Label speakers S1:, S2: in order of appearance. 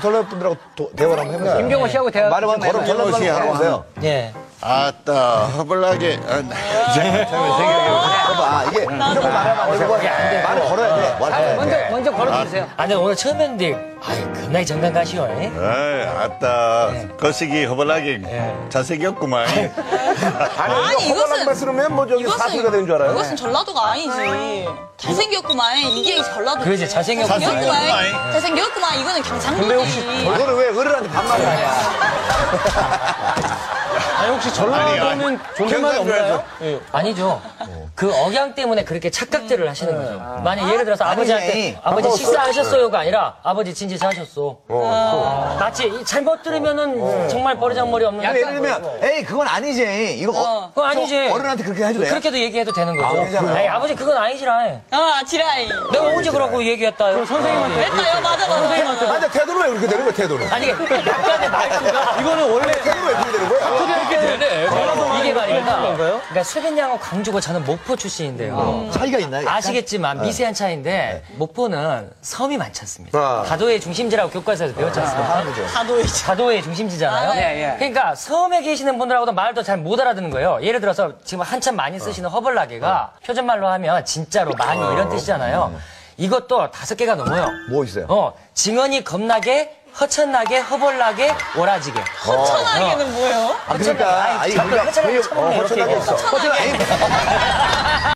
S1: 털러 분들하고 도- 대화를 한번 해보세요.
S2: 김경호 씨하고 대화
S1: 네. 말을 한번 걸어,
S2: 좀 해봐요.
S1: 털러 분들하고 해보세요. 네.
S2: 예.
S3: 아따 허블나게 아,
S1: 봐봐, 이게 이렇게 말하면 안 되고 말을 걸어야 돼. 말을 걸어야
S2: 먼저
S1: 돼.
S2: 먼저 걸어주세요.
S4: 아니 오늘 처음 했는데 아이 겁나게 정감 가시오. 예?
S3: 아이, 아따 거시기 허블나게 잘생겼구만
S1: 아니,
S5: 아니,
S1: 이거 허가만
S5: 이것은-
S1: 봤으면 뭐 저기 사기가 되는 줄 알아요. 네.
S5: 이것은 전라도가 아니지. 잘생겼구만. 이게 전라도.
S4: 그러지, 잘생겼구만.
S5: 잘생겼구만. 잘생겼구만. 이거는
S1: 근데 혹시
S5: 경상도지.
S1: 이거를 왜 어른한테 반말을 하냐?
S6: 아니 혹시 전라도는 존댓말 없나요?
S4: 아니죠. 그 억양 때문에 그렇게 착각들을 하시는 거죠. 만약 예를 들어서 아버지한테
S1: 아버지.
S4: 아버지
S1: 아버지.
S4: 식사하셨어요가 아니라 아버지 진지사하셨어. 마치 이 잘못 들으면은 정말 버르장머리 없는.
S1: 예를 들면, 에이, 그건 아니지. 이거 아, 네. 어,
S4: 그거 아니지.
S1: 어른한테 그렇게 해도 돼요?
S4: 그렇게도 얘기해도 되는 거죠.
S1: 아, 그러잖아요.
S4: 에이, 아버지 그건 아니지라.
S5: 아, 지라이.
S4: 내가 언제 그러고 얘기했다. 그럼 선생님한테.
S5: 됐다, 여, 맞아, 맞아.
S1: 아니, 근데 태도는 왜 그렇게 되는 거야, 태도는?
S4: 아니 약간의 말투가
S6: 이거는 원래
S1: 태도는 왜 아, 그렇게 되는 거야?
S4: 이게 말입니다. 그러니까 수빈 양은 광주고 저는 목포 출신인데요.
S1: 차이가 있나요?
S4: 아시겠지만 미세한 차이인데 목포는 섬이 많지 않습니까?
S1: 아.
S4: 다도의 중심지라고 교과서에서 배웠지 않습니까?
S5: 다도의
S4: 다도의 중심지잖아요.
S5: 아,
S2: 예, 예.
S4: 그러니까 섬에 계시는 분들하고도 말도 잘 못 알아듣는 거예요. 예를 들어서 지금 한참 많이 쓰시는 허벌나게가 표준말로 하면 진짜로 많이 이런 뜻이잖아요. 이것도 다섯 개가 넘어요.
S1: 뭐 있어요?
S4: 어, 증언이 겁나게, 허천나게, 허벌나게, 오라지게.
S5: 천하게는 뭐예요?
S1: 아, 그러니까.
S4: 아니,
S1: 아니,
S4: 잠깐
S1: 우리가
S4: 허천하게
S1: 그,
S4: 참네,
S1: 어,
S4: 이렇게.
S1: 허천하게 있어.
S5: 천하게.